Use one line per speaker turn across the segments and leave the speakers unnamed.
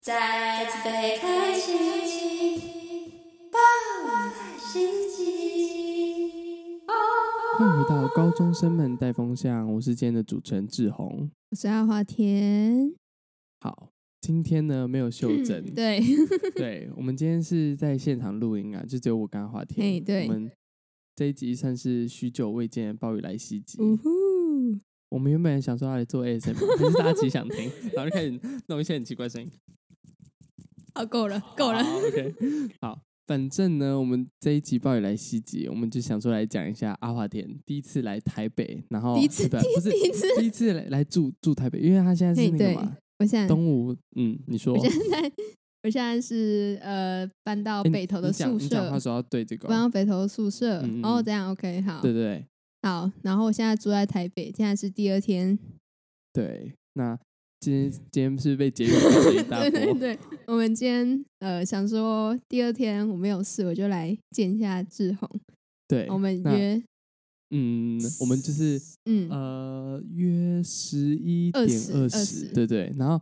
再次被开启，爆满心机。
欢迎回到高中生们带风向，我是今天的主持人志宏。
我是阿华田，
好，今天呢没有秀珍，
嗯对，
对我们今天是在现场录音啊，就只有我跟阿华
嘿
田。
哎对
我们这一集算是许久未见的暴雨来袭集。
呜呼，
我们原本想说要来做 ASM，可是 大家其实想听，然后就开始弄一些很奇怪的声音。
好哦够了，够了，
好 OK，好， 反正呢，我们这一集暴雨来袭集，我们就想说来讲一下阿华田第一次来台北，然后
第一次
呃不不是
第一次
第一次来来住住台北，因为他现在是
嘿
那个
对
嘛
我现在
东吴，嗯，你说
我现在我现在是呃搬到
诶
北投的
你讲
宿
你讲
舍
话，时候要对这个
搬
哦，
到北投的宿舍
嗯嗯，
哦
嗯
这样 OK 好
对对
好，然后我现在住在台北，现在是第二天，
对对，那今天今天是 被捷运搞了一大波，
嗯对对对，我们今天呃想说第二天我没有事，我就来见一下志宏，
对
我们
那
约
嗯，我们就是
嗯
呃，约十一点
20
二十，
20
对对。然后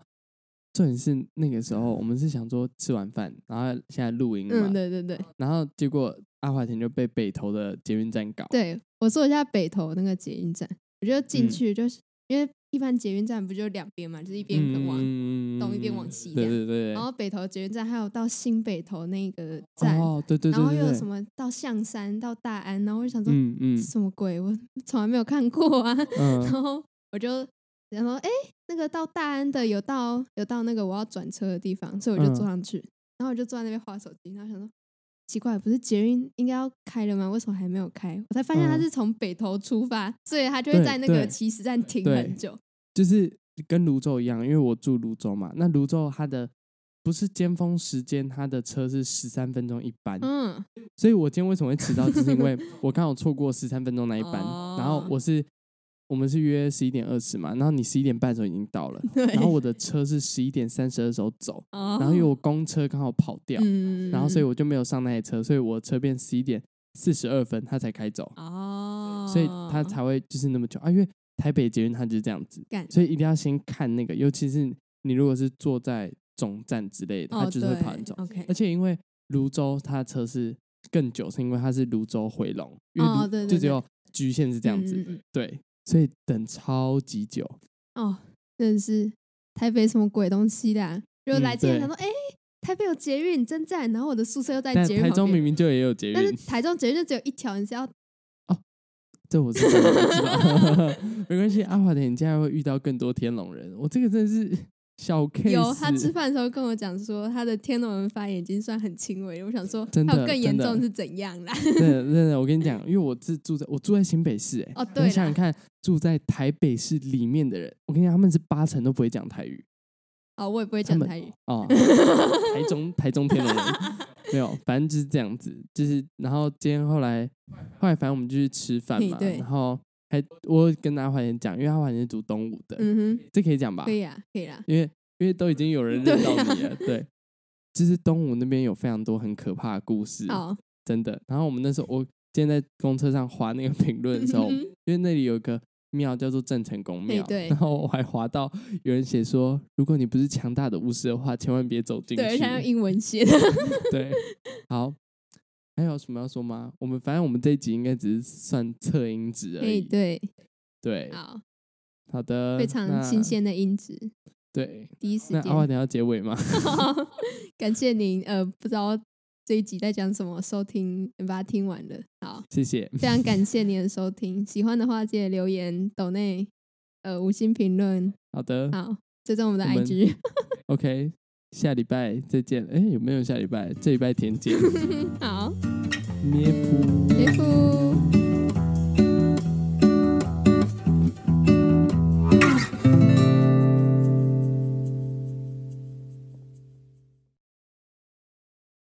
重点是那个时候，我们是想说吃完饭，然后现在录音嘛，
嗯对对对
然后结果阿华田就被北投的捷运站搞，
对，我说一下北投那个捷运站，我就进
嗯
去就是、因为一般捷运站不就两边嘛，就是一边可能往、
嗯，
东一边往西这
对
样
对对，
然后北投捷运站还有到新北投那个站，
哦，对对对，
然后
对
又有
对
什么到象山到大安，然后我就想说、
嗯嗯
这什么鬼，我从来没有看过啊，然
嗯，
后我就。然后哎，那个到大安的有到有到那个我要转车的地方，所以我就
嗯
坐上去，然后我就坐在那边划手机，然后想说奇怪，不是捷运应该要开了吗？为什么还没有开？我才发现它
嗯
是从北头出发，所以它就会
对
在那个
对
起始站停
对
很久。
就是跟泸州一样，因为我住泸州嘛，那泸州它的。不是尖峰时间，它的车是十三分钟一班，
嗯，
所以我今天为什么会迟到，就是因 为我刚好错过十三分钟那一班，
哦
然后我是我们是约十一点二十嘛，然后你十一点半的时候已经到了，
对。
然后我的车是十一点三十二时候走，
哦，
然后因为我公车刚好跑掉，
嗯
然后所以我就没有上那台车，所以我的车变十一点四十二分他才开走，
哦，
所以他才会就是那么久啊，因为台北捷运它就是这样子，
干
所以一定要先看那个，尤其是你如果是坐在总站之类的，
哦
它就是会
对嗯
跑很早。
OK，
而且因为泸州它的车是更久，是因为它是泸州回龙，因为
哦
泸
对对
就只
对
有局限是这样子，
嗯嗯嗯
对，所以等超级久，
哦，真的是台北什么鬼东西啦！就
嗯
来之前
对
想说，哎、台北有捷运，真赞。然后我的宿舍又在
但
捷运
台
旁
中
边
明明就也有捷
但是
运，
台中捷运就只有一条，你 是要
这我是真的不知道， 没关系，阿华田你竟然会遇到更多天龙人，我这个真的是小 case，
有他吃饭的时候跟我讲说，他的天龙人发炎已经算很轻微了。我想说，
真的
还有更严
真
重
的
是怎样啦？
真的真的，我跟你讲，因为我是住在我住在新北市、欸，
哦
你
对啦
想想看，住在台北市里面的人，我跟你讲，他们是八成都不会讲台语。
哦，我也不会
他
讲
们
台语。
哦，台中台中天龙人没有，反正就是这样子，就是然后今天后来后来反正我们就去吃饭
嘿
嘛，
对
然后还我有跟阿华田讲，因为阿华田是读东吴的，
嗯哼，
这可以讲吧？
可以啊，可以啦。
因为因为都已经有人认
对
到
啊
你了，对。就是东吴那边有非常多很可怕的故 事，
好，
真的。然后我们那时候，我今天在公车上划那个评论的时候，
嗯哼
因为那里有一个庙叫做郑成功庙，
对对
然后我还滑到有人写说，如果你不是强大的巫师的话，千万别走进去。
对，而且他用英文写的。
对，好，还有什么要说吗？我们反正我们这一集应该只是算测音值而
哎，
已。
对，
对，
好，
好的，
非常
那
新。鲜的音质，
对，
第一时
那哦
间。
阿华田要结尾吗？
感谢您，呃，不知道这一集在讲什么，收听把它听完了。好，
谢谢。
非常感谢您的收听， 喜欢的话记得留言、抖内、呃五星评论，
好的
好，追踪我们的
我们
IG。
，OK，下礼拜再 见。哎，有没有下礼拜？这礼拜田姐
好，
咩噗。
别哭。